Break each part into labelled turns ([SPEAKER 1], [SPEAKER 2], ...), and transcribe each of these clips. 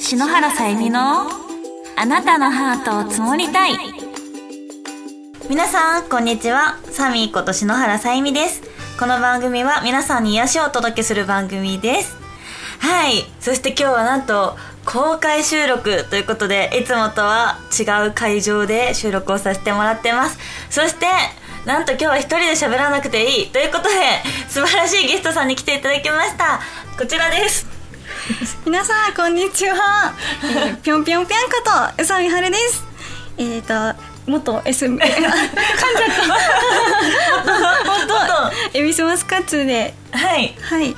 [SPEAKER 1] 篠原さゆみのあなたのハートを積もりたい
[SPEAKER 2] 皆さんこんにちはサミーこと篠原さゆみですこの番組は皆さんに癒しをお届けする番組ですはいそして今日はなんと公開収録ということでいつもとは違う会場で収録をさせてもらってますそしてなんと今日は一人で喋らなくていいということで素晴らしいゲストさんに来ていただきましたこちらです
[SPEAKER 3] 皆さんこんにちは、 えー、ぴょんぴょんぴょんこと宇佐美春ですえっ、ー、と元 S 噛んじゃった
[SPEAKER 2] 本
[SPEAKER 3] エビスマスカッツで
[SPEAKER 2] 当はい
[SPEAKER 3] はい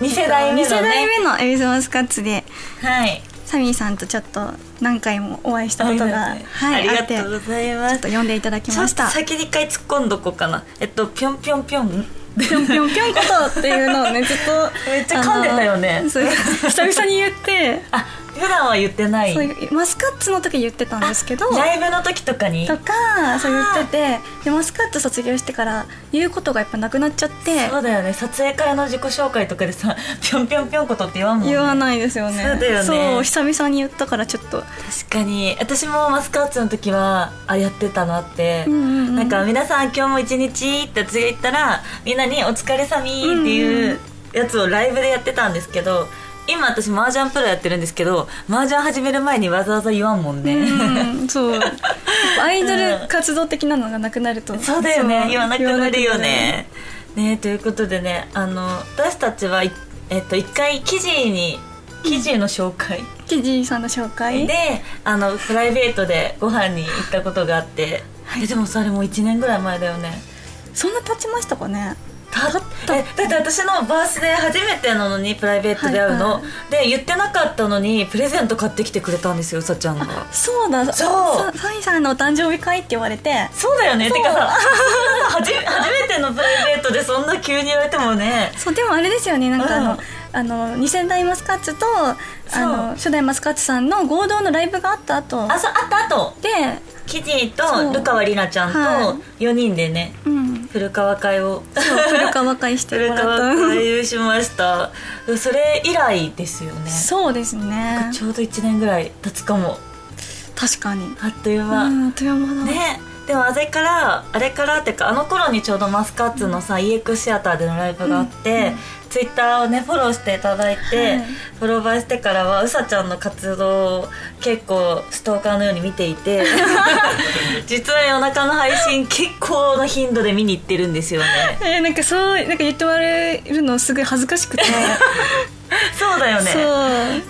[SPEAKER 2] 二世代目
[SPEAKER 3] 二
[SPEAKER 2] の
[SPEAKER 3] 世代
[SPEAKER 2] ね
[SPEAKER 3] 目のエビスマスカッツで
[SPEAKER 2] はい
[SPEAKER 3] サミーさんとちょっと何回もお会いしたことが、は
[SPEAKER 2] あ
[SPEAKER 3] い、
[SPEAKER 2] り
[SPEAKER 3] あ
[SPEAKER 2] が
[SPEAKER 3] ってち
[SPEAKER 2] とう
[SPEAKER 3] ょ
[SPEAKER 2] ご
[SPEAKER 3] っ
[SPEAKER 2] ざいま
[SPEAKER 3] と
[SPEAKER 2] す
[SPEAKER 3] 読んでいただきました
[SPEAKER 2] ちょっと先に一回突っ込んどこうかなえっとぴょんぴょんぴょん
[SPEAKER 3] ぴょんぴょんぴょんことっていうのをねずっと
[SPEAKER 2] めっちゃ噛んでたよね
[SPEAKER 3] あのそう久々に言って
[SPEAKER 2] あ普段は言ってない
[SPEAKER 3] そういうマスカッツの時言ってたんですけど
[SPEAKER 2] ライブの時とかに
[SPEAKER 3] とかそう言っててでマスカッツ卒業してから言うことがやっぱなくなっちゃって
[SPEAKER 2] そうだよね撮影からの自己紹介とかでさ 「ぴょんぴょんぴょんこと」って言わんもん、ね、
[SPEAKER 3] 言わないですよね
[SPEAKER 2] そうだよね
[SPEAKER 3] そう久々に言ったからちょっと
[SPEAKER 2] 確かに私もマスカッツの時はあやってたなって、
[SPEAKER 3] うんうんうん
[SPEAKER 2] なんか皆さん今日も一日ってついたらみんなに「お疲れさみ」っていうやつをライブでやってたんですけど今私麻雀プロやってるんですけど麻雀始める前にわざわざ言わんもんね、
[SPEAKER 3] うんそうやっぱ アイドル活動的なのがなくなると
[SPEAKER 2] そうだよね
[SPEAKER 3] そう
[SPEAKER 2] 言わなくなるよ
[SPEAKER 3] 言わなくなる
[SPEAKER 2] ねねということでねあの私たちはい、えっと、一回記事に記事の紹介、
[SPEAKER 3] キジさんの紹介
[SPEAKER 2] であのプライベートでご飯に行ったことがあって、えでもそれもう1年ぐらい前だよね
[SPEAKER 3] そんな経ちましたかね
[SPEAKER 2] たったえだって私のバースデー初めてなのにプライベートで会うの、
[SPEAKER 3] はい
[SPEAKER 2] で言ってなかったのにプレゼント買ってきてくれたんですようさちゃんが
[SPEAKER 3] そうだ
[SPEAKER 2] そう
[SPEAKER 3] さサイさんのお誕生日会って言われて
[SPEAKER 2] そうだよねてかさ 初め初めてのプライベートでそんな急に言われてもね
[SPEAKER 3] そうでもあれですよねなんかあの、
[SPEAKER 2] うん
[SPEAKER 3] あの2000代マスカッツとあ
[SPEAKER 2] そう
[SPEAKER 3] の初代マスカッツさんの合同のライブがあった後
[SPEAKER 2] あそうあったあと
[SPEAKER 3] で、
[SPEAKER 2] キジ
[SPEAKER 3] そ
[SPEAKER 2] と
[SPEAKER 3] う
[SPEAKER 2] ルカワリナちゃん
[SPEAKER 3] は
[SPEAKER 2] と4人でね
[SPEAKER 3] うん、
[SPEAKER 2] 古川会を
[SPEAKER 3] そう古川会して
[SPEAKER 2] 古
[SPEAKER 3] もら
[SPEAKER 2] 川
[SPEAKER 3] っ
[SPEAKER 2] 会をしましたそれ以来ですよね
[SPEAKER 3] たそうですね
[SPEAKER 2] ちょうど1年ぐらい経つかも
[SPEAKER 3] 確かに
[SPEAKER 2] あっという間、
[SPEAKER 3] うん富山だ、
[SPEAKER 2] ねでもあれからあれからっていうかあの頃にちょうどマスカッツのさ、EX シアターでのライブがあって、ツイッターをねフォローしていただいて、
[SPEAKER 3] はい
[SPEAKER 2] フォローバーしてからはうさちゃんの活動を結構ストーカーのように見てい て実は夜中の配信結構の頻度で見に行ってるんですよね
[SPEAKER 3] えーなんかそうなんか言ってもらえるのすごい恥ずかし くて
[SPEAKER 2] そうだよね
[SPEAKER 3] そ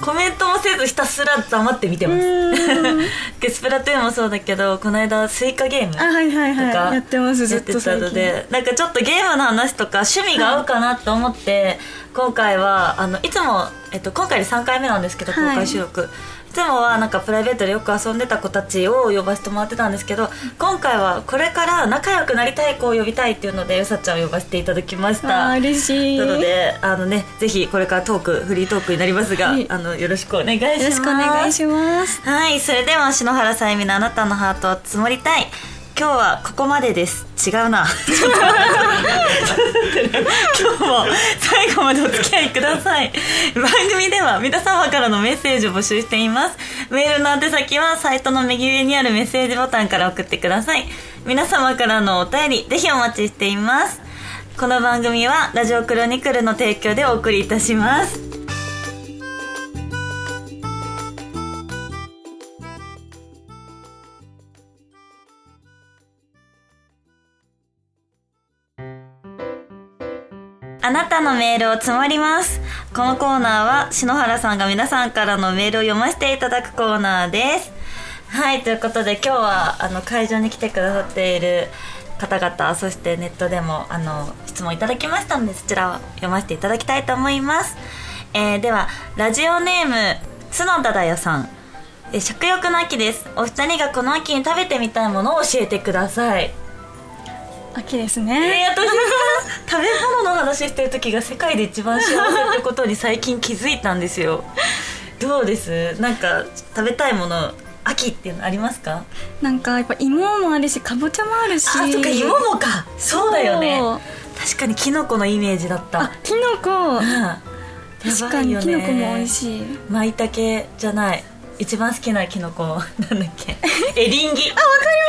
[SPEAKER 3] う
[SPEAKER 2] コメントもせずひたすら黙って見てます
[SPEAKER 3] うん
[SPEAKER 2] でスプラトゥーンもそうだけどこの間スイカゲーム
[SPEAKER 3] あはいはい
[SPEAKER 2] とか
[SPEAKER 3] はいやってますず
[SPEAKER 2] や
[SPEAKER 3] っ
[SPEAKER 2] って
[SPEAKER 3] と
[SPEAKER 2] た
[SPEAKER 3] 最
[SPEAKER 2] の
[SPEAKER 3] 近
[SPEAKER 2] でなんかちょっとゲームの話とか趣味が合うかなと思って、今回はあのいつも、えっと、今回で3回目なんですけど公
[SPEAKER 3] はい
[SPEAKER 2] 開収録、い、つもはなんかプライベートでよく遊んでた子たちを呼ばせてもらってたんですけど今回はこれから仲良くなりたい子を呼びたいっていうのでうさちゃんを呼ばせていただきました
[SPEAKER 3] あー嬉しい
[SPEAKER 2] なの
[SPEAKER 3] よ
[SPEAKER 2] であのねぜひこれからトークフリートークになりますが、
[SPEAKER 3] はい
[SPEAKER 2] あのよろしくお願いします
[SPEAKER 3] ろしくお願いします
[SPEAKER 2] はい、それでは篠原さゆみのあなたのハートを積もりたい。今日はここまでです。違う な。今日も最後までお付き合いください。番組では皆様からのメッセージを募集しています。メールの宛先はサイトの右上にあるメッセージボタンから送ってください。皆様からのお便り、ぜひお待ちしています。この番組はラジオクロニクルの提供でお送りいたします。あなたのメールを積もります。このコーナーは篠原さんが皆さんからのメールを読ませていただくコーナーです。はい、ということで今日はあの会場に来てくださっている方々、そしてネットでもあの質問いただきましたので、そちらを読ませていただきたいと思います。えーでは、ラジオネーム、角田だよさん。えー食欲の秋です。お二人がこの秋に食べてみたいものを教えてください。
[SPEAKER 3] 秋です
[SPEAKER 2] え
[SPEAKER 3] ね
[SPEAKER 2] ー、私さ食べ物の話してる時が世界で一番幸せってことに最近気づいたんですよどうですなんか食べたいもの秋っていうのありますか
[SPEAKER 3] なんかやっぱ芋もあるしかぼちゃもあるし
[SPEAKER 2] あとか芋もかそうだよね
[SPEAKER 3] そう
[SPEAKER 2] 確かにキノコのイメージだった
[SPEAKER 3] あきの
[SPEAKER 2] う
[SPEAKER 3] こ
[SPEAKER 2] ん
[SPEAKER 3] 確かに
[SPEAKER 2] やば
[SPEAKER 3] キ
[SPEAKER 2] いよね
[SPEAKER 3] ノコも美味しい
[SPEAKER 2] 舞茸じゃない一番好きなキノコ なんだっけエリンギあわか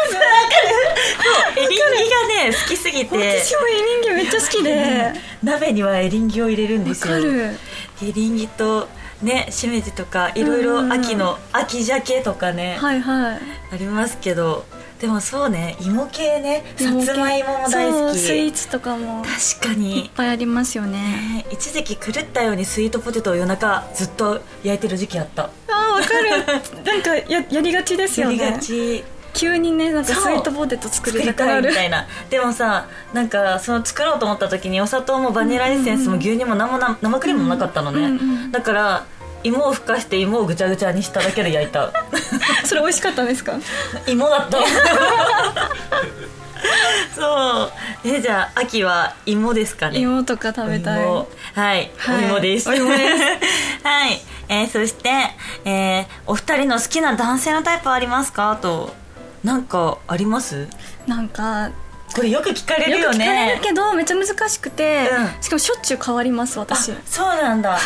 [SPEAKER 2] りますわかるそうエリンギがね好きすぎて
[SPEAKER 3] 私もエリンギめっちゃ好きで
[SPEAKER 2] 鍋にはエリンギを入れるんで
[SPEAKER 3] わ
[SPEAKER 2] すよ
[SPEAKER 3] かる
[SPEAKER 2] エリンギとねしめじとかいろい
[SPEAKER 3] うんうん
[SPEAKER 2] ろ
[SPEAKER 3] うん
[SPEAKER 2] 秋の秋鮭とかね、
[SPEAKER 3] はいはい
[SPEAKER 2] ありますけどでもそうね芋系ねさつまいもも大
[SPEAKER 3] そ
[SPEAKER 2] 好
[SPEAKER 3] うスイ
[SPEAKER 2] き
[SPEAKER 3] ーツとかも
[SPEAKER 2] 確か
[SPEAKER 3] いっ
[SPEAKER 2] に
[SPEAKER 3] ぱいありますよね
[SPEAKER 2] ね一時期狂ったようにスイートポテトを夜中ずっと焼いてる時期あった
[SPEAKER 3] あーわか るなんかややりがちです
[SPEAKER 2] や
[SPEAKER 3] よ
[SPEAKER 2] りが
[SPEAKER 3] ね
[SPEAKER 2] ち
[SPEAKER 3] 急にねなんか
[SPEAKER 2] そう
[SPEAKER 3] スイートポテト作
[SPEAKER 2] 作
[SPEAKER 3] りた
[SPEAKER 2] り
[SPEAKER 3] く
[SPEAKER 2] た
[SPEAKER 3] ない
[SPEAKER 2] み
[SPEAKER 3] る
[SPEAKER 2] たいなでもさなんかその作ろうと思った時にお砂糖もバニラエッセンスも牛乳も何もな生クリームもなかったのね、
[SPEAKER 3] うんうん
[SPEAKER 2] だから芋をふかして芋をぐちゃぐちゃにしただけで焼いた
[SPEAKER 3] それ美味しかったんですか
[SPEAKER 2] 芋だった そうえじゃあ秋は芋ですかね
[SPEAKER 3] 芋とか食べたい
[SPEAKER 2] お芋はい、
[SPEAKER 3] はい
[SPEAKER 2] お芋です。
[SPEAKER 3] お芋です
[SPEAKER 2] はい、えーそして、えーお二人の好きな男性のタイプはありますかと。なんかあります。
[SPEAKER 3] なんかよ
[SPEAKER 2] これよく聞か
[SPEAKER 3] く
[SPEAKER 2] れるよ
[SPEAKER 3] 聞か
[SPEAKER 2] ね。
[SPEAKER 3] れるけどめっちゃ難しくて
[SPEAKER 2] うん
[SPEAKER 3] しかもしょっちゅう変わります私
[SPEAKER 2] あそうなん だ。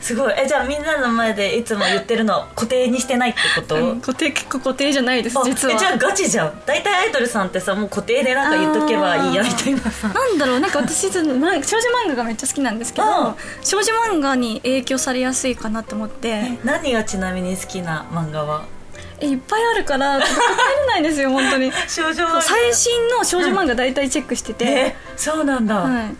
[SPEAKER 2] すごい、え、じゃあ、みんなの前でいつも言ってるの、固定にしてないってこと。
[SPEAKER 3] うん固定結構固定じゃないです
[SPEAKER 2] あ
[SPEAKER 3] 実は
[SPEAKER 2] えじゃあガチじゃん大体アイドルさんってさもう固定でなんか言っとけばいいや
[SPEAKER 3] あ
[SPEAKER 2] み
[SPEAKER 3] ー
[SPEAKER 2] たいなさ
[SPEAKER 3] なんだろうなんか私そのま少女漫画がめっちゃ好きなんですけど、
[SPEAKER 2] うん
[SPEAKER 3] 少女漫画に影響されやすいかなと思って
[SPEAKER 2] 何がちなみに好きな漫画は
[SPEAKER 3] えいっぱいあるからちょっと答えれない んですよ本当に
[SPEAKER 2] 少女
[SPEAKER 3] そう最新の少女漫画大体チェックしてて
[SPEAKER 2] え、そうなんだ、
[SPEAKER 3] はい、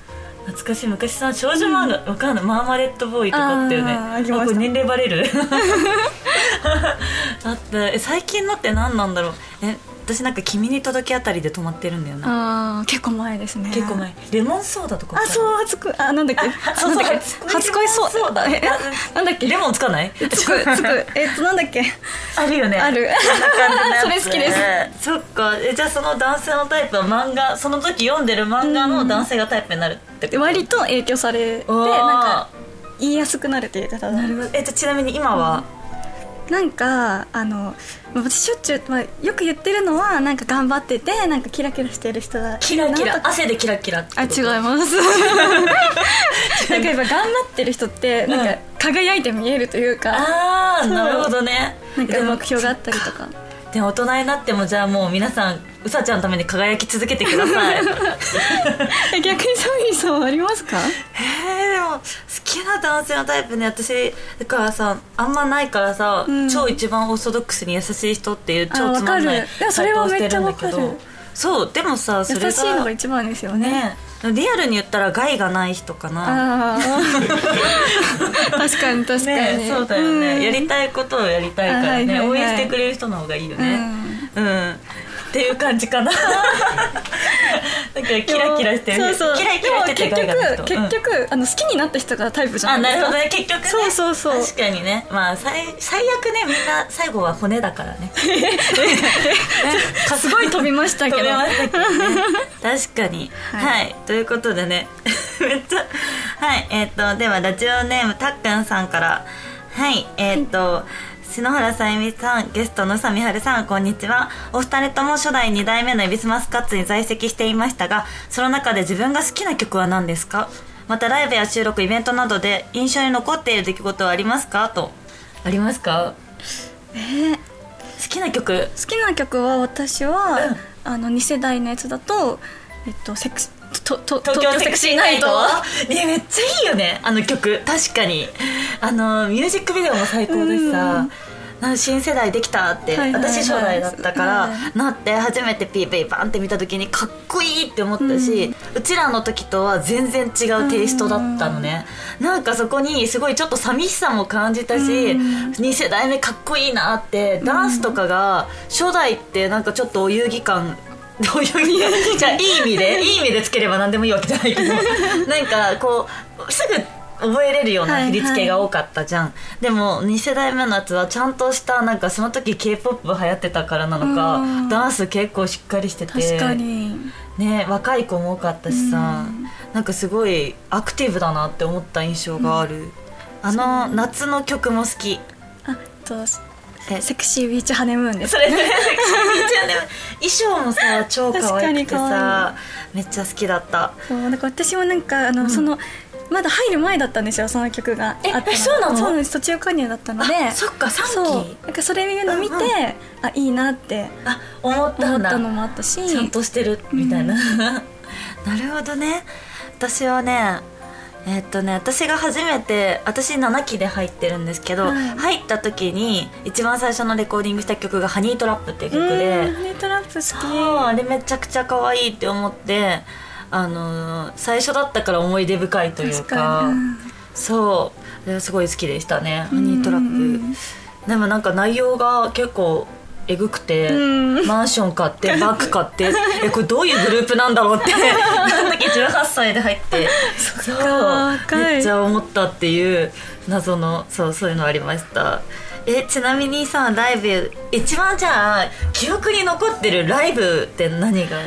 [SPEAKER 2] 懐かしい昔さ少女漫画、わかんないマーマレットボーイとかあったよね
[SPEAKER 3] あーありました
[SPEAKER 2] これ年齢バレ る あったえ最近のって何なんだろうえ私なんか「君に届け」あたりで止まってるんだよな
[SPEAKER 3] あー結構前ですね
[SPEAKER 2] 結構前レモンソーダとか
[SPEAKER 3] あそう初恋あなんだっけ
[SPEAKER 2] あそう
[SPEAKER 3] なんだっけ
[SPEAKER 2] そう
[SPEAKER 3] 初恋そう
[SPEAKER 2] 初恋そうだ
[SPEAKER 3] えなんだっけ
[SPEAKER 2] レモンつかない
[SPEAKER 3] つくつくえっとなんだっけ
[SPEAKER 2] あるよね
[SPEAKER 3] ある
[SPEAKER 2] そんな感じのやつ
[SPEAKER 3] それ好きで す
[SPEAKER 2] そっかえじゃあその男性のタイプは漫画その時読んでる漫画の男性がタイプになるってこと
[SPEAKER 3] 割と影響されて
[SPEAKER 2] おー
[SPEAKER 3] なんか言いやすくなるというかただ
[SPEAKER 2] なるほどえじゃあちなみに今は、
[SPEAKER 3] なんかあの私しょっちゅう、まあ、よく言ってるのはなんか頑張っててなんかキラキラしてる人だ
[SPEAKER 2] キラキ
[SPEAKER 3] なん
[SPEAKER 2] ラ
[SPEAKER 3] と
[SPEAKER 2] 汗でキラキラって
[SPEAKER 3] あ違
[SPEAKER 2] こと
[SPEAKER 3] います なんかやっぱ頑張ってる人ってなん
[SPEAKER 2] うん
[SPEAKER 3] か輝いて見えるというか、
[SPEAKER 2] ああ
[SPEAKER 3] そう
[SPEAKER 2] なるほどね
[SPEAKER 3] なんか
[SPEAKER 2] でも
[SPEAKER 3] 目標があったりとか
[SPEAKER 2] でも大人になってもじゃあもう皆さんうさちゃんのために輝き続けてくだ さいへ
[SPEAKER 3] え 逆にサミーさんはありますか
[SPEAKER 2] えでも好きな男性のタイプね私だからさあんまないからさ、
[SPEAKER 3] うん
[SPEAKER 2] 超一番オーソドックスに優しい人っていう超つまんな
[SPEAKER 3] あわ
[SPEAKER 2] い
[SPEAKER 3] かるでもそれはめっちゃわかる
[SPEAKER 2] タイプをしてんだけどそうでもさそ
[SPEAKER 3] 優
[SPEAKER 2] れが
[SPEAKER 3] しいのが一番ですよね
[SPEAKER 2] ねでもリアルに言ったら害がない人かな
[SPEAKER 3] ああ 確かに確かに、
[SPEAKER 2] ね、そうだよね、
[SPEAKER 3] うん
[SPEAKER 2] やりたいことをやりたいからね、
[SPEAKER 3] あはいはいはい
[SPEAKER 2] 応援してくれる人の方がいいよねうん、っていう感じか ななんかキラキラしてる
[SPEAKER 3] そうそう
[SPEAKER 2] キラキラしてて
[SPEAKER 3] でも
[SPEAKER 2] ガリガリと
[SPEAKER 3] 結局結局、あの好きになった人がタイプじ
[SPEAKER 2] うんあ
[SPEAKER 3] ゃな
[SPEAKER 2] ない
[SPEAKER 3] で
[SPEAKER 2] る
[SPEAKER 3] す
[SPEAKER 2] ほど
[SPEAKER 3] か
[SPEAKER 2] ね結局ね
[SPEAKER 3] そうそうそう
[SPEAKER 2] 確かにねまあ最最悪ねみんな最後は骨だから ね
[SPEAKER 3] すごい飛びましたけど
[SPEAKER 2] 飛びましたけどね確かには、
[SPEAKER 3] はい
[SPEAKER 2] ということでね めっちゃはいえっ、とではラジオネームたっくんさんからはいえっ、と、篠原さゆみさんゲストの宇佐美春さんこんにちはお二人とも初代2代目のエビスマスカッツに在籍していましたがその中で自分が好きな曲は何ですかまたライブや収録イベントなどで印象に残っている出来事はありますかとありますか
[SPEAKER 3] えー
[SPEAKER 2] 好きな曲
[SPEAKER 3] 好きな曲は私は、あの2世代のやつだと「えっと、セクシとと
[SPEAKER 2] 東京セクシーナイトねめっちゃいいよねあの曲確かにあのミュージックビデオも最高でさ、なんか新世代できたって、
[SPEAKER 3] はいはいはい
[SPEAKER 2] 私初代だったから、
[SPEAKER 3] は
[SPEAKER 2] なって初めて PV バンって見た時にかっこいいって思ったし、うちらの時とは全然違うテイストだったのね、なんかそこにすごいちょっと寂しさも感じたし、2世代目かっこいいなってダンスとかが初代ってなんかちょっとお遊戯感お遊戯感 じゃあいい意味でいい意味でつければ何でもいいわけじゃないけどなんかこうすぐ覚えれるような振り付けが多かったじゃん、でも2世代目のやつはちゃんとしたなんかその時 k p o p 流行ってたからなのか、
[SPEAKER 3] うん
[SPEAKER 2] ダンス結構しっかりしてて
[SPEAKER 3] 確かに
[SPEAKER 2] ね、若い子も多かったしさ、なんかすごいアクティブだなって思った印象がある、あの夏の曲も好き
[SPEAKER 3] あえっと
[SPEAKER 2] え
[SPEAKER 3] セクシービーチハネムーンです
[SPEAKER 2] それそれセクシービーチハネムーン衣装もさ超可愛くて
[SPEAKER 3] 確かに可
[SPEAKER 2] さめっちゃ好きだった
[SPEAKER 3] そうなんか私もなんかあの、そのまだ入る前だったんですよその曲が
[SPEAKER 2] え
[SPEAKER 3] あった
[SPEAKER 2] えそうなの
[SPEAKER 3] そうなんです途中加入だったので
[SPEAKER 2] あそっか三期
[SPEAKER 3] そうなんかそれを見て、
[SPEAKER 2] うんうん
[SPEAKER 3] あいいなって
[SPEAKER 2] あ思っ
[SPEAKER 3] 思
[SPEAKER 2] た
[SPEAKER 3] っ
[SPEAKER 2] んだ
[SPEAKER 3] たのもあったし
[SPEAKER 2] ちゃんとしてるみたいな、 なるほどね私はねえっとね私が初めて私7期で入ってるんですけど、
[SPEAKER 3] はい
[SPEAKER 2] 入った時に一番最初のレコーディングした曲が「ハニートラップ」っていう曲で
[SPEAKER 3] うんハニートラップ
[SPEAKER 2] そう
[SPEAKER 3] 好
[SPEAKER 2] あれめちゃくちゃ可愛いって思ってあのー最初だったから思い出深いという
[SPEAKER 3] 確
[SPEAKER 2] か
[SPEAKER 3] かに
[SPEAKER 2] そうあれはすごい好きでしたね「ハ
[SPEAKER 3] ん
[SPEAKER 2] ニートラップ」
[SPEAKER 3] うん
[SPEAKER 2] でもなんか内容が結構えぐくて、
[SPEAKER 3] うん
[SPEAKER 2] マンション買 ってバッグ買ってえこれどういうグループなんだろうって あの時18歳で入ってそう
[SPEAKER 3] 若い
[SPEAKER 2] めっちゃ思ったっていう謎のそうそういうのありましたえちなみにさライブ一番じゃあ記憶に残ってるライブって何が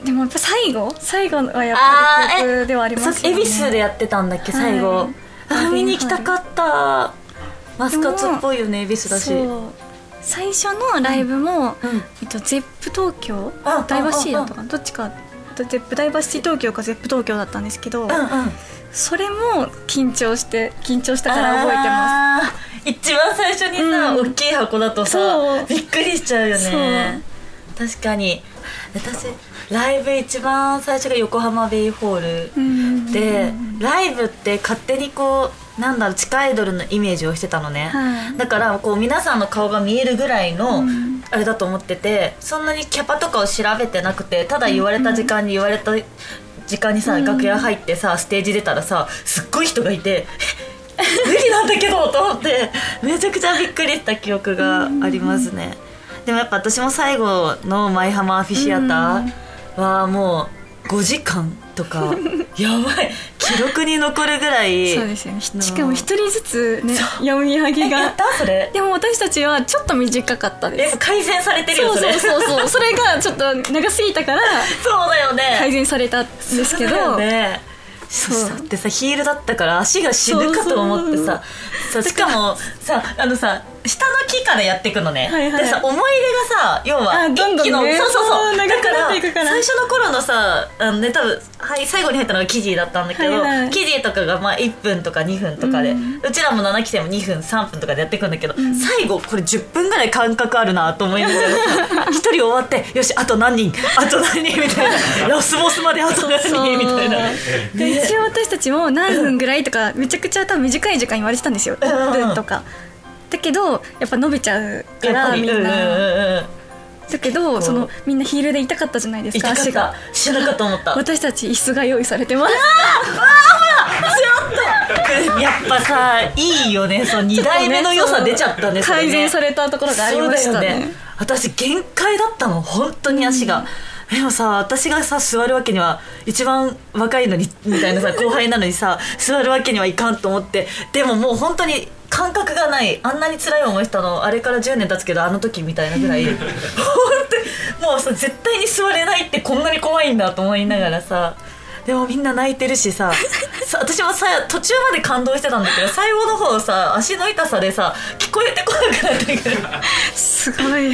[SPEAKER 3] きでもやっぱ最後最後はやっぱり曲ではあります
[SPEAKER 2] 恵
[SPEAKER 3] よね
[SPEAKER 2] 比寿でやってたんだっけ
[SPEAKER 3] はい
[SPEAKER 2] 最後、あ
[SPEAKER 3] はい
[SPEAKER 2] 見に行きたかった、マスカッツっぽいよね恵比寿だし
[SPEAKER 3] そう最初のライブも、
[SPEAKER 2] うん
[SPEAKER 3] えっと、ゼップ東京
[SPEAKER 2] あ
[SPEAKER 3] ダイバーシティだったかなどっちかゼップダイバーシティ東京かゼップ東京だったんですけど、
[SPEAKER 2] うんうん
[SPEAKER 3] それも緊張して緊張したから覚えてます
[SPEAKER 2] す一番最初にさ、
[SPEAKER 3] うん
[SPEAKER 2] 大きい箱だと
[SPEAKER 3] そ
[SPEAKER 2] さ
[SPEAKER 3] う
[SPEAKER 2] びっくりしちゃうよね確かに私ライブ一番最初が横浜ベイホール
[SPEAKER 3] うん
[SPEAKER 2] で、ライブって勝手にこうなんだろう地下アイドルのイメージをしてたのね、
[SPEAKER 3] はい
[SPEAKER 2] だからこう皆さんの顔が見えるぐらいの
[SPEAKER 3] ん
[SPEAKER 2] あれだと思ってて、そんなにキャパとかを調べてなくてただ言われた時間に言われた時間にさ、楽屋入ってさステージ出たらさすっごい人がいて「え無理なんだけど」と思ってめちゃくちゃびっくりした記憶がありますね、でもやっぱ私も最後の「舞浜アフィシアター」はもう5時間と かやばい記録に残るぐらい
[SPEAKER 3] そうですよね
[SPEAKER 2] の
[SPEAKER 3] しかも一人ずつね読み上
[SPEAKER 2] や
[SPEAKER 3] げが
[SPEAKER 2] ったそれ
[SPEAKER 3] でも私たちはちょっと短かったで
[SPEAKER 2] やっぱ
[SPEAKER 3] す
[SPEAKER 2] 改善されてるよ
[SPEAKER 3] そう
[SPEAKER 2] そ
[SPEAKER 3] そう
[SPEAKER 2] れ
[SPEAKER 3] そう そうそれがちょっと長すぎたから
[SPEAKER 2] そうだよね
[SPEAKER 3] 改善されたんです
[SPEAKER 2] そ
[SPEAKER 3] け
[SPEAKER 2] うだよ
[SPEAKER 3] ど
[SPEAKER 2] ね
[SPEAKER 3] そう
[SPEAKER 2] そうだってさヒールだったから足が死ぬかと思ってささしかもさあのさ下の木からやっていくのね、
[SPEAKER 3] はいはい
[SPEAKER 2] でさ思い出がさ要は
[SPEAKER 3] あどんどんね
[SPEAKER 2] 一気のそうそうそう
[SPEAKER 3] そう長くなっていくから
[SPEAKER 2] 最初の頃のさあのね多分、はい、最後に入ったのがキジだったんだけど、
[SPEAKER 3] はいはい
[SPEAKER 2] キジとかがまあ1分とか2分とかで、うちらも7期生も2分3分とかでやっていくんだけど、最後これ10分ぐらい間隔あるなと思いながらさ一人終わってよしあと何人あと何人みたいなラスボスまであと何
[SPEAKER 3] そう
[SPEAKER 2] 人みたいな。
[SPEAKER 3] で一応私たちも何分ぐらいとかめちゃくちゃ多分短い時間言われてたんですよ
[SPEAKER 2] んうん
[SPEAKER 3] 1分とかだけどやっぱ伸びちゃうか
[SPEAKER 2] やっぱ
[SPEAKER 3] ら
[SPEAKER 2] り
[SPEAKER 3] みん
[SPEAKER 2] うん
[SPEAKER 3] な
[SPEAKER 2] うんうんうん
[SPEAKER 3] だけどそのみんなヒールで痛かったじゃないです
[SPEAKER 2] 痛
[SPEAKER 3] か
[SPEAKER 2] かった
[SPEAKER 3] 足が
[SPEAKER 2] 死ぬかと思った
[SPEAKER 3] 私たち椅子が用意されてます
[SPEAKER 2] やっぱさいいよねその2代目の良さ出ちゃったね
[SPEAKER 3] そう改善さ
[SPEAKER 2] れ
[SPEAKER 3] れたところがありまし
[SPEAKER 2] そう
[SPEAKER 3] た
[SPEAKER 2] だよ
[SPEAKER 3] ね
[SPEAKER 2] ね私限界だったの本当に足が、でもさ私がさ座るわけには一番若いのにみたい なさ後輩なのにさ座るわけにはいかんと思ってでももう本当に感覚がないあんなに辛い思いしたのあれから10年経つけどあの時みたいなぐらい本当にもうさ絶対に座れないってこんなに怖いんだと思いながらさでもみんな泣いてるしささ私もさ途中まで感動してたんだけど最後の方さ足の痛さでさ聞こえてこなくなってくる
[SPEAKER 3] すごい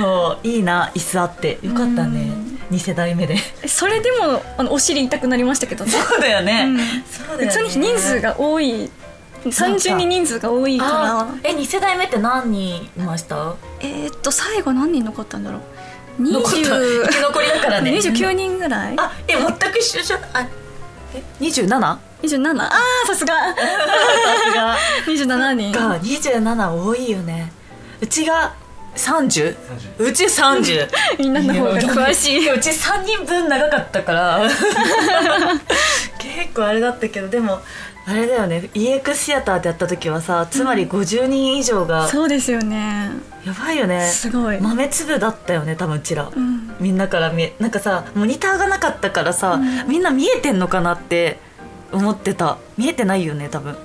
[SPEAKER 2] そういいな椅子あってよかったね2世代目で
[SPEAKER 3] それでもあのお尻痛くなりましたけどね
[SPEAKER 2] そうだよね、
[SPEAKER 3] うん
[SPEAKER 2] そうだよね
[SPEAKER 3] 普通に人数が多い単純に人数が多いから
[SPEAKER 2] あーえ2世代目って何人いました
[SPEAKER 3] えーっと最後何人残ったんだろう
[SPEAKER 2] 残った
[SPEAKER 3] 20
[SPEAKER 2] 生き残りだからね
[SPEAKER 3] 29人ぐらい
[SPEAKER 2] あえ全く一緒じゃあえ 27?
[SPEAKER 3] 27あーさすが
[SPEAKER 2] さすが
[SPEAKER 3] 27人
[SPEAKER 2] が27多いよねうちが 30? うち30
[SPEAKER 3] みんなの方が詳しい
[SPEAKER 2] やうち3人分長かったから結構あれだったけどでもあれだよね EX シアターでやった時はさつまり50人以上が、
[SPEAKER 3] そうですよね
[SPEAKER 2] やばいよね
[SPEAKER 3] すごい
[SPEAKER 2] 豆粒だったよね多分うちら、
[SPEAKER 3] ん
[SPEAKER 2] みんなから見えなんかさモニターがなかったからさ、みんな見えてんのかなって思ってた見えてないよね多分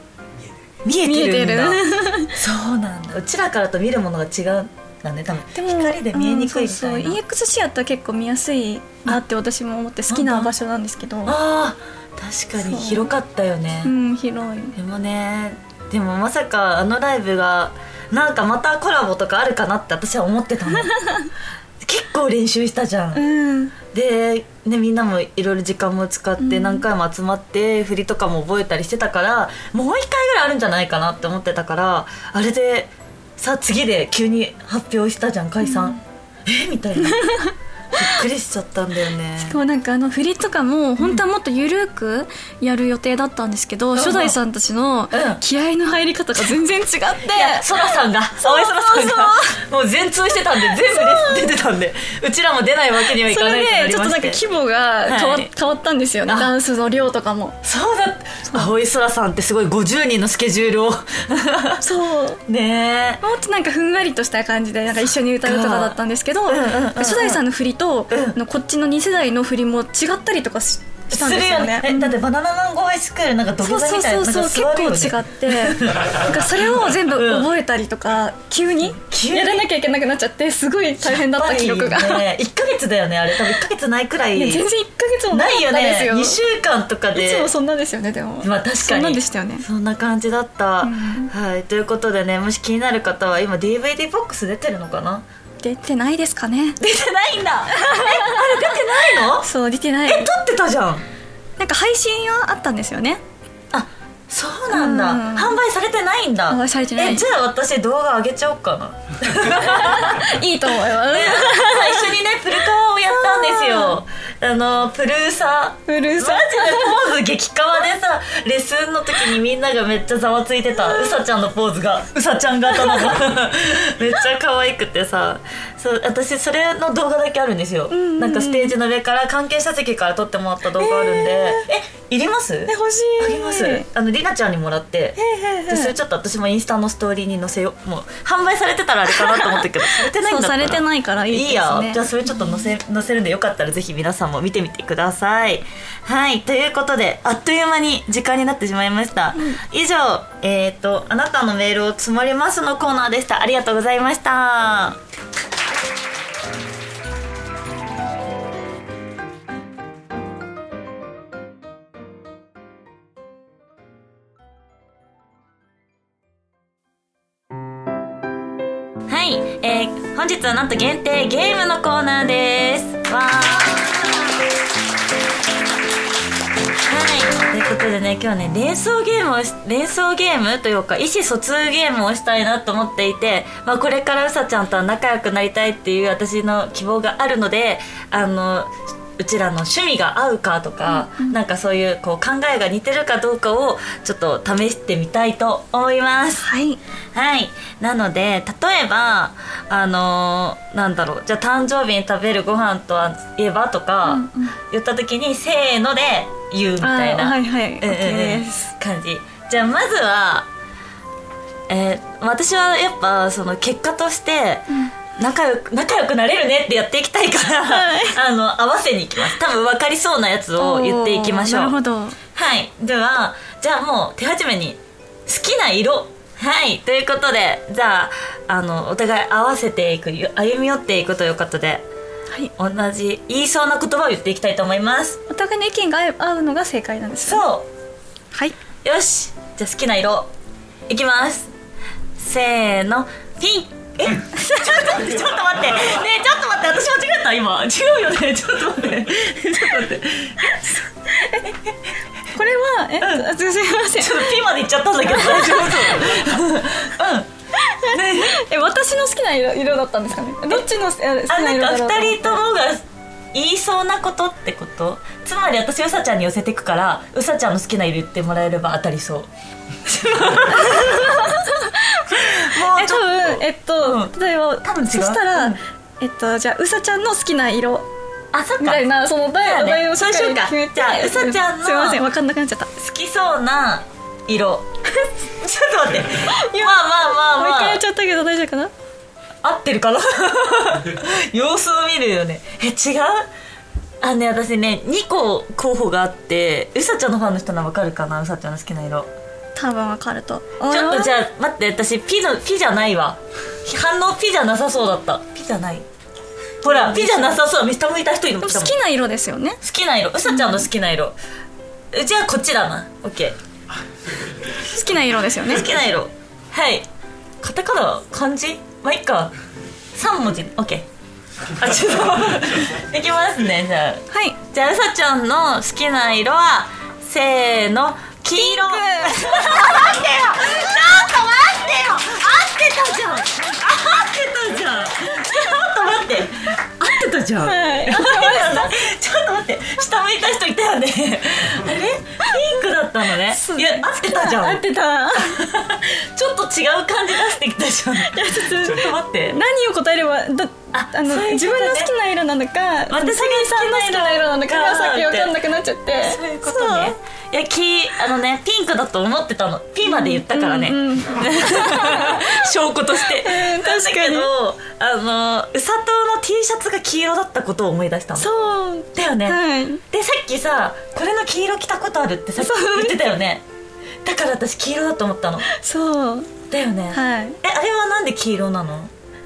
[SPEAKER 2] 見えてるんだ
[SPEAKER 3] 見え
[SPEAKER 2] そうなんだうちらからと見るものが違うんだね多分光で見えにくいみたいな、
[SPEAKER 3] うんそうそう EX シアター結構見やすいなって私も思って好きな場所なんですけど
[SPEAKER 2] あー確かに
[SPEAKER 3] そう
[SPEAKER 2] 広かったよね、
[SPEAKER 3] うん広い
[SPEAKER 2] でもねでもまさかあのライブがなんかまた コラボとかあるかなって私は思ってたの結構練習したじゃん、
[SPEAKER 3] うん
[SPEAKER 2] で、ね、みんなもいろいろ時間も使って何回も集まって振りとかも覚えたりしてたから、もう一回ぐらいあるんじゃないかなって思ってたからあれでさあ次で急に発表したじゃん解散、えみたいなびっくりしちゃったんだよね
[SPEAKER 3] しかもなんかあの振りとかも本当はもっと緩くやる予定だったんですけど、
[SPEAKER 2] ん
[SPEAKER 3] 初代さんたちの
[SPEAKER 2] うん
[SPEAKER 3] 気合の入り方が全然違って、
[SPEAKER 2] いや そらさんが青井そらさんがもう全通してたんで全部出て出てたんでうちらも出ないわけにはい
[SPEAKER 3] そ
[SPEAKER 2] かないっ
[SPEAKER 3] れ
[SPEAKER 2] てな
[SPEAKER 3] で
[SPEAKER 2] り
[SPEAKER 3] ちょっ
[SPEAKER 2] ま
[SPEAKER 3] となん
[SPEAKER 2] し
[SPEAKER 3] か
[SPEAKER 2] て
[SPEAKER 3] 規模が変わ,、
[SPEAKER 2] はい
[SPEAKER 3] 変わったんですよね
[SPEAKER 2] あ
[SPEAKER 3] ダンスの量とかも
[SPEAKER 2] そうだ青井そらさんってすごい50人のスケジュールを
[SPEAKER 3] そう
[SPEAKER 2] ねえ
[SPEAKER 3] もっとなんかふんわりとした感じでなんか一緒に歌うとかだったんですけど、
[SPEAKER 2] うんうんうんうん
[SPEAKER 3] 初代さんの振りと、
[SPEAKER 2] うん
[SPEAKER 3] のこっちの2世代の振りも違ったりとかししたんですよね
[SPEAKER 2] するえだってバナナマンゴーハイスクールなんか土
[SPEAKER 3] そ
[SPEAKER 2] 下
[SPEAKER 3] う
[SPEAKER 2] 座
[SPEAKER 3] そう
[SPEAKER 2] みたい
[SPEAKER 3] そ
[SPEAKER 2] な
[SPEAKER 3] うそ
[SPEAKER 2] な
[SPEAKER 3] う
[SPEAKER 2] んか座るよね
[SPEAKER 3] 結構違ってなんかそれを全部覚えたりとか、急に
[SPEAKER 2] 急に
[SPEAKER 3] やらなきゃいけなくなっちゃってすごい大変だった記録が、
[SPEAKER 2] やっぱりね1ヶ月だよねあれ多分1ヶ月ないくらい
[SPEAKER 3] いや全然1ヶ 月もな
[SPEAKER 2] な
[SPEAKER 3] か
[SPEAKER 2] い
[SPEAKER 3] っ
[SPEAKER 2] よ
[SPEAKER 3] たで
[SPEAKER 2] ね
[SPEAKER 3] すよ
[SPEAKER 2] 2週間とかで
[SPEAKER 3] いつもそんなですよねでも、
[SPEAKER 2] まあ確かに
[SPEAKER 3] そんなんでしたよね
[SPEAKER 2] そんな感じだった、
[SPEAKER 3] うん
[SPEAKER 2] はいということでねもし気になる方は今 DVD ボックス出てるのかな
[SPEAKER 3] 出てないですかね
[SPEAKER 2] 出てないんだ えあれ出てない の
[SPEAKER 3] そう出てない
[SPEAKER 2] え撮ってたじゃん
[SPEAKER 3] なんか配信はあったんです よね
[SPEAKER 2] あそうなんだ、
[SPEAKER 3] うん
[SPEAKER 2] 販売されてないんだ
[SPEAKER 3] 販売されてない
[SPEAKER 2] えじゃあ私動画上げちゃおうかな
[SPEAKER 3] いいと思います
[SPEAKER 2] 最初にねプルカワをやったんですよあのプルーサ
[SPEAKER 3] うる
[SPEAKER 2] マ
[SPEAKER 3] さい
[SPEAKER 2] ジでポーズ激カワでさレッスンの時にみんながめっちゃざわついてたうさちゃんのポーズがうさちゃん型なの めっちゃ可愛くてさそう私それの動画だけあるんですよ、なんかステージの上から関係者席から撮ってもらった動画あるんでえいります
[SPEAKER 3] え欲しい
[SPEAKER 2] ありますあのりなちゃんにもらってでそれちょっと私もインスタのストーリーに載せようもう販売されてたらあれかなと思ったけどされてないんだ
[SPEAKER 3] そう
[SPEAKER 2] った
[SPEAKER 3] さ
[SPEAKER 2] ら
[SPEAKER 3] れてないからいいですね
[SPEAKER 2] いいよじゃあそれちょっと載せ載せるんでよかったらぜひ皆さんも見てみてくださいはいということであっという間に時間になってしまいました、以上えっ、とあなたのメールを積もりますのコーナーでしたありがとうございましたはい、えー本日はなんと限定ゲームのコーナーですわーはい、ということでね今日ね連想ゲームをし連想ゲームというか意思疎通ゲームをしたいなと思っていて、まあ、これからうさちゃんとは仲良くなりたいっていう私の希望があるのであのうちらの趣味が合うかとか、なんかそういうこう考えが似てるかどうかをちょっと試してみたいと思います。
[SPEAKER 3] はい
[SPEAKER 2] はい。なので、例えば、あのーなんだろう、じゃあ誕生日に食べるご飯とはいえばとか、言った時に、せーので言うみたいな。
[SPEAKER 3] あはいはい
[SPEAKER 2] うんうんうん
[SPEAKER 3] OK です
[SPEAKER 2] 感じ。じゃあまずは、えー私はやっぱ、その結果として、仲良く仲良くなれるねってやっていきたいから、 あの合わせにいきます多分分かりそうなやつを言っていきましょう
[SPEAKER 3] おーなるほど
[SPEAKER 2] はい。では、じゃあもう手始めに、好きな色。はい。ということで、じゃあ、あの、お互い合わせていく、歩み寄っていくということで、
[SPEAKER 3] はい
[SPEAKER 2] 同じ、言いそうな言葉を言っていきたいと思います。
[SPEAKER 3] お互いの意見が合う合うのが正解なんですよね
[SPEAKER 2] そ
[SPEAKER 3] はい。
[SPEAKER 2] う。よし。じゃあ好きな色、いきます。せーの、ピンえ ちょっと待って、ちょっと待って。ねえ、ちょっと待って、私間違えた、今。違うよね、ちょっと待って。ちょっと待って。
[SPEAKER 3] これは、え、あすいません
[SPEAKER 2] ち。ょっとピンまで行っちゃったんだ けど、大丈夫
[SPEAKER 3] え、私の好きな色色だったんですかね。どっちのえ好き
[SPEAKER 2] あ
[SPEAKER 3] な
[SPEAKER 2] なん
[SPEAKER 3] 色だろう
[SPEAKER 2] か
[SPEAKER 3] と思って
[SPEAKER 2] 二人ともが言いそうなことってことつまり私うさちゃんに寄せてくからうさちゃんの好きな色言ってもらえれば当たりそうもうちょ
[SPEAKER 3] え、多分、えっと、
[SPEAKER 2] うん
[SPEAKER 3] 例えば、
[SPEAKER 2] 多分違う
[SPEAKER 3] そしたら、
[SPEAKER 2] うん
[SPEAKER 3] えっと、じゃあ、うさちゃんの好きな色。
[SPEAKER 2] あそっ
[SPEAKER 3] み
[SPEAKER 2] か
[SPEAKER 3] たいな、その題,、
[SPEAKER 2] そうだね
[SPEAKER 3] 題をしっか
[SPEAKER 2] そうしよう
[SPEAKER 3] り
[SPEAKER 2] か
[SPEAKER 3] 決めて。
[SPEAKER 2] じゃあうさちゃんの
[SPEAKER 3] すいません、わかんなくなっちゃった。
[SPEAKER 2] 好きそうな色 ちょっと待ってまあまあ
[SPEAKER 3] もう
[SPEAKER 2] ま
[SPEAKER 3] 一
[SPEAKER 2] あま
[SPEAKER 3] 回や
[SPEAKER 2] あ
[SPEAKER 3] っちゃったけど、大丈夫かな。
[SPEAKER 2] 合ってるかな様子を見るよねえ違うあのね私ね2個候補があってうさちゃんのファンの人ならわかるかなうさちゃんの好きな色
[SPEAKER 3] 多分わかると。
[SPEAKER 2] ちょっとじ
[SPEAKER 3] ゃ。
[SPEAKER 2] ゃあ待って私ピのピじゃないわ反応ピじゃなさそうだったピじゃないほらピじゃなさそう下向いた人いるもん
[SPEAKER 3] でも
[SPEAKER 2] 来た
[SPEAKER 3] 好
[SPEAKER 2] もん
[SPEAKER 3] きな色ですよね。
[SPEAKER 2] 好きな色うさちゃんの好きな色、うちはこっちだなオッケー
[SPEAKER 3] 好きな色ですよね
[SPEAKER 2] 好。きな色はいカタカナ漢字まあいっか3文字オッケーあちょっといきますねじゃあ
[SPEAKER 3] はい
[SPEAKER 2] じゃあうさちゃんの好きな色はせーの黄色 待ってよちょっと待ってよ合ってたじゃん合ってたじゃんちょっと待って合ってたじゃん、
[SPEAKER 3] はい
[SPEAKER 2] 合ってたちょっと待って下向いた人いたよね あれピンクだったのねいや合ってたじゃ
[SPEAKER 3] 合
[SPEAKER 2] ん
[SPEAKER 3] ってた
[SPEAKER 2] ちょっと違う感じ出してきたじゃん
[SPEAKER 3] ちょっ
[SPEAKER 2] ち
[SPEAKER 3] と
[SPEAKER 2] ょっと待って
[SPEAKER 3] 何を答えればだ
[SPEAKER 2] あ
[SPEAKER 3] あの
[SPEAKER 2] そういうことね
[SPEAKER 3] 自分の好きな色なのか
[SPEAKER 2] 私が好きな色
[SPEAKER 3] さんの好きな色なのかがさっき分かんなくなっちゃって
[SPEAKER 2] そういうことねいやきあのねピンクだと思ってたのピーまで言ったからね、
[SPEAKER 3] うんうん
[SPEAKER 2] 証拠として、
[SPEAKER 3] うん確かに
[SPEAKER 2] だけどあのうさとうの T シャツが黄色だったことを思い出したの
[SPEAKER 3] そうそう
[SPEAKER 2] だよね、
[SPEAKER 3] はい
[SPEAKER 2] でさっきさこれの黄色着たことあるってさっき言ってたよねだから私黄色だと思ったの
[SPEAKER 3] そう
[SPEAKER 2] だよね、
[SPEAKER 3] はい
[SPEAKER 2] えあれはなんで黄色なの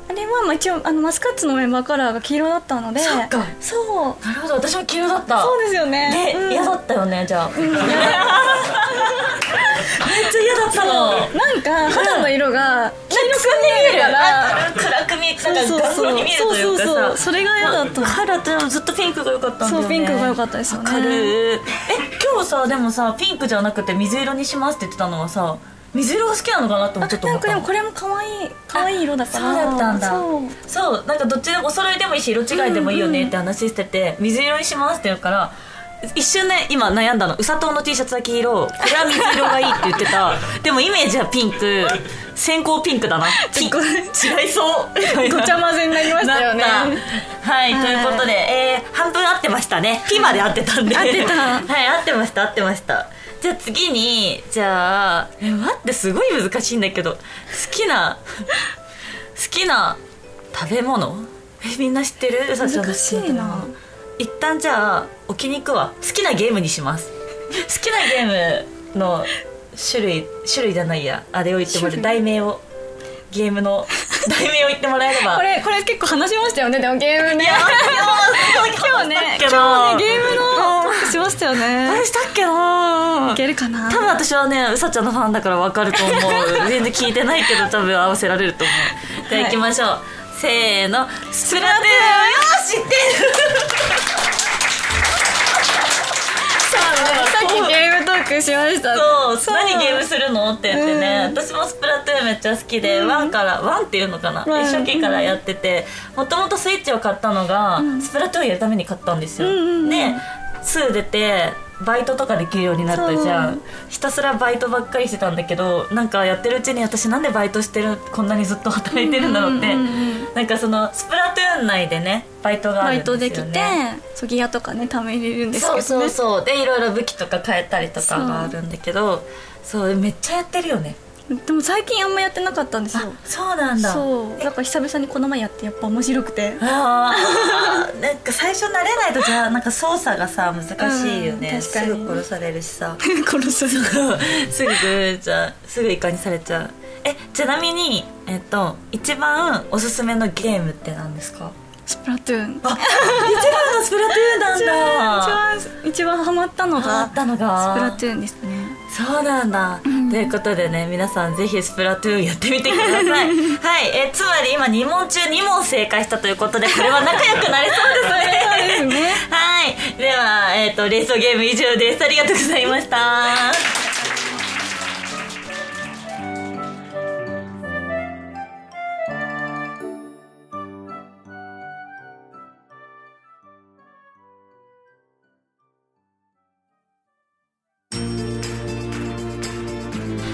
[SPEAKER 3] あれはまあ一応あのマスカッツのメンバーカラーが黄色だったので
[SPEAKER 2] そっか
[SPEAKER 3] そう
[SPEAKER 2] なるほど私も黄色だった
[SPEAKER 3] そうですよね
[SPEAKER 2] ね
[SPEAKER 3] うん
[SPEAKER 2] 嫌だったよねじゃあ、めっちゃ嫌だったの
[SPEAKER 3] なんか肌の色が黄色く見えるから
[SPEAKER 2] あ暗く見えて
[SPEAKER 3] そうそう
[SPEAKER 2] ガン
[SPEAKER 3] そ
[SPEAKER 2] ロ
[SPEAKER 3] う
[SPEAKER 2] に見えるとい
[SPEAKER 3] そうう
[SPEAKER 2] かさ
[SPEAKER 3] そうそうそれが嫌だった
[SPEAKER 2] カラーってでもずっとピンクが良かったんだよね
[SPEAKER 3] そうピンクが良かったですよね
[SPEAKER 2] わかるえ今日さでもさピンクじゃなくて水色にしますって言ってたのはさ水色が好きなのかなってもちょっと
[SPEAKER 3] な
[SPEAKER 2] 思
[SPEAKER 3] ん
[SPEAKER 2] った
[SPEAKER 3] かで
[SPEAKER 2] の
[SPEAKER 3] もこれも可愛い可愛い色だから
[SPEAKER 2] そうだったんだ
[SPEAKER 3] そう
[SPEAKER 2] そうなんかどっちでもお揃いでもいいし色違いでもいいよねって話してて、水色にしますって言うから一瞬ね今悩んだのうさとうの T シャツは黄色これは水色がいいって言ってたでもイメージはピンク先行ピン クだなピン
[SPEAKER 3] ご
[SPEAKER 2] 違いそうみたいな
[SPEAKER 3] ごちゃ混ぜになりましたよね
[SPEAKER 2] なったはい、
[SPEAKER 3] はい
[SPEAKER 2] ということで、えー半分合ってましたねピまで合ってたんで
[SPEAKER 3] 合って た
[SPEAKER 2] はい合ってました合ってましたじゃあ次にじゃあえ待ってすごい難しいんだけど好きな好きな食べ物えみんな知ってるうさちゃんの好き食べ物
[SPEAKER 3] 難しいな
[SPEAKER 2] 一旦じゃあ置きに行くわ好きなゲームにします好きなゲームの種 類種類じゃないやあれを言ってもらう
[SPEAKER 3] 種類
[SPEAKER 2] 題名をゲームの題名を言ってもらえれば
[SPEAKER 3] これこれ結構話しましたよねでもゲームね今日ね
[SPEAKER 2] けど
[SPEAKER 3] 今日ねゲームのトークしましたよね
[SPEAKER 2] 何したっけない
[SPEAKER 3] けるかな
[SPEAKER 2] 多分私はねうさちゃんのファンだから分かると思う全然聞いてないけど多分合わせられると思うじゃあ
[SPEAKER 3] は
[SPEAKER 2] 行
[SPEAKER 3] い
[SPEAKER 2] きましょう、せーのスプラトゥーンよし知ってる
[SPEAKER 3] さっきゲームトークしました
[SPEAKER 2] そう
[SPEAKER 3] そう
[SPEAKER 2] 何ゲームするのって言ってね、
[SPEAKER 3] うん
[SPEAKER 2] 私もスプラトゥーンめっちゃ好きで、ワンからワンっていうのかな、
[SPEAKER 3] うん
[SPEAKER 2] 一生懸命からやっててもともとスイッチを買ったのが、スプラトゥーンやるために買ったんですよ、
[SPEAKER 3] んうんうん
[SPEAKER 2] で2出てバイトとかできるようになったじゃ
[SPEAKER 3] そ
[SPEAKER 2] んひたすらバイトばっかりしてたんだけどなんかやってるうちに私なんでバイトしてるこんなにずっと働いてるんだろうって、
[SPEAKER 3] うんうんうん
[SPEAKER 2] なんかそのスプラトゥーン内でねバイトがあ
[SPEAKER 3] バ
[SPEAKER 2] る
[SPEAKER 3] イ
[SPEAKER 2] んですよ
[SPEAKER 3] ト
[SPEAKER 2] ね
[SPEAKER 3] できてそうギアとかねため入れるんですけど
[SPEAKER 2] そう
[SPEAKER 3] ね
[SPEAKER 2] そうそうでいろいろ武器とか変えたりとかがあるんだけどそうめっちゃやってるよね
[SPEAKER 3] でも最近あんまやってなかったんですよ
[SPEAKER 2] そうなんだ
[SPEAKER 3] そうだから久々にこの前やってやっぱ面白くて
[SPEAKER 2] あ ーなんか最初慣れないとじゃあなんか操作がさ難しいよね、
[SPEAKER 3] うん確かに
[SPEAKER 2] すぐ殺されるしさ
[SPEAKER 3] 殺す
[SPEAKER 2] すぐじゃあすぐイカにされちゃうえちなみにえっと一番おすすめのゲームって何です か
[SPEAKER 3] スプラトゥーン
[SPEAKER 2] あ一番のスプラトゥーン なん
[SPEAKER 3] 一
[SPEAKER 2] だ
[SPEAKER 3] 番一番ハマったの
[SPEAKER 2] あ
[SPEAKER 3] が
[SPEAKER 2] ったのが
[SPEAKER 3] スプラトゥーンですね
[SPEAKER 2] そうなんだ、ということでね皆さんぜひスプラトゥーンやってみてくだ さいはいえつまり今2問中2問正解したということでこれは仲良くなれそうですね
[SPEAKER 3] そうですね
[SPEAKER 2] はいでは、えっとレースゲーム以上ですありがとうございました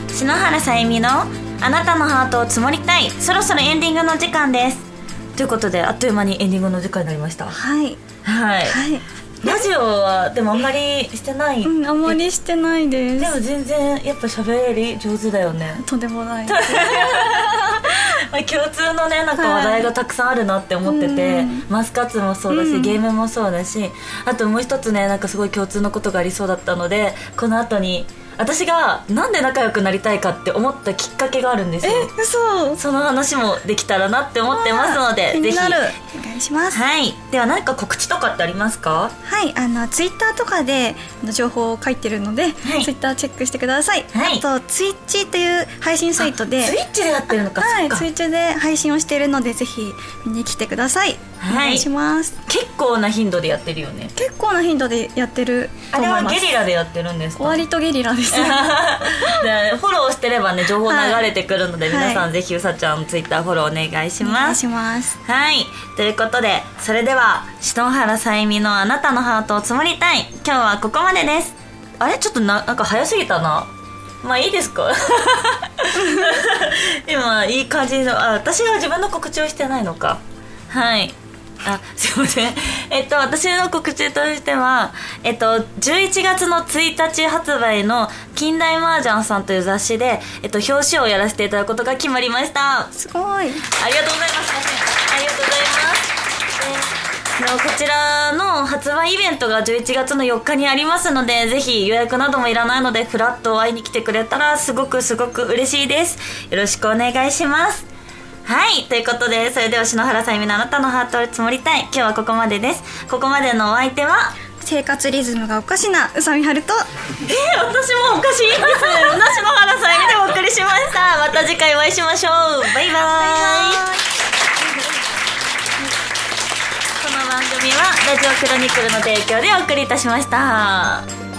[SPEAKER 2] 篠原さゆみの「あなたのハートを積もりたい」そろそろエンディングの時間ですということであっという間にエンディングの時間になりましたは
[SPEAKER 3] はい
[SPEAKER 2] い、
[SPEAKER 3] はい
[SPEAKER 2] ラジオはでもあんまりしてない、
[SPEAKER 3] うんあんまりしてないで
[SPEAKER 2] ですも全然やっぱ喋り上手だよね
[SPEAKER 3] とんでもない
[SPEAKER 2] まあ 共通のねなんか話題がたくさんあるなって思ってて、
[SPEAKER 3] うん
[SPEAKER 2] マスカッツもそうだし、
[SPEAKER 3] うん
[SPEAKER 2] ゲームもそうだしあともう一つねなんかすごい共通のことがありそうだったのでこの後に私がなんで仲良くなりたいかって思ったきっかけがあるんですよ
[SPEAKER 3] え嘘
[SPEAKER 2] その話もできたらなって思ってますので
[SPEAKER 3] 気
[SPEAKER 2] ぜ
[SPEAKER 3] に
[SPEAKER 2] ひ
[SPEAKER 3] なる
[SPEAKER 2] は
[SPEAKER 3] お願いします
[SPEAKER 2] いでは何か告知とかってありますか
[SPEAKER 3] はい、あのツイッターとかであの情報を書いてるので、
[SPEAKER 2] はい
[SPEAKER 3] ツイッターチェックしてください。
[SPEAKER 2] はい
[SPEAKER 3] あとツイッチという配信サイトで、
[SPEAKER 2] スイッチでやってるのか
[SPEAKER 3] はい、
[SPEAKER 2] そっか
[SPEAKER 3] ツイッチで配信をしているのでぜひ見に来てください。
[SPEAKER 2] は
[SPEAKER 3] お願いします、
[SPEAKER 2] 結構な頻度でやってるよね
[SPEAKER 3] 結構な頻度でやってる
[SPEAKER 2] あ
[SPEAKER 3] と思
[SPEAKER 2] れ
[SPEAKER 3] い
[SPEAKER 2] は
[SPEAKER 3] ます
[SPEAKER 2] ゲリラでやってるんですか
[SPEAKER 3] 割とゲリラです
[SPEAKER 2] でフォローしてればね情報流れてくるので、
[SPEAKER 3] はい
[SPEAKER 2] 皆さんぜひうさちゃんツイッターフォローお願い し
[SPEAKER 3] お願
[SPEAKER 2] ま
[SPEAKER 3] い
[SPEAKER 2] す
[SPEAKER 3] します
[SPEAKER 2] はいということでそれでは篠原さゆみのあなたのハートを積もりたい今日はここまでですあれちょっとななんか早すぎたなまあいいです か今いい感じのあ私は自分の告知をしてないのかはいあすいませんえっと私の告知としてはえっと11月の1日発売の「近代麻雀さん」という雑誌で、えっと、表紙をやらせていただくことが決まりました
[SPEAKER 3] すごい
[SPEAKER 2] ありがとうございます。ありがとうございます。でこちらの発売イベントが11月の4日にありますのでぜひ予約などもいらないのでフラッと会いに来てくれたらすごくすごく嬉しいですよろしくお願いしますはいということでそれでは篠原さゆみのあなたのハートを積もりたい今日はここまでですここまでのお相手は
[SPEAKER 3] 生活リズムがおかしな宇佐美春と
[SPEAKER 2] え私もおかしいです篠原さゆみでお送りしましたまた次回お会いしましょうバイバイこの番組はラジオクロニクルの提供でお送りいたしました。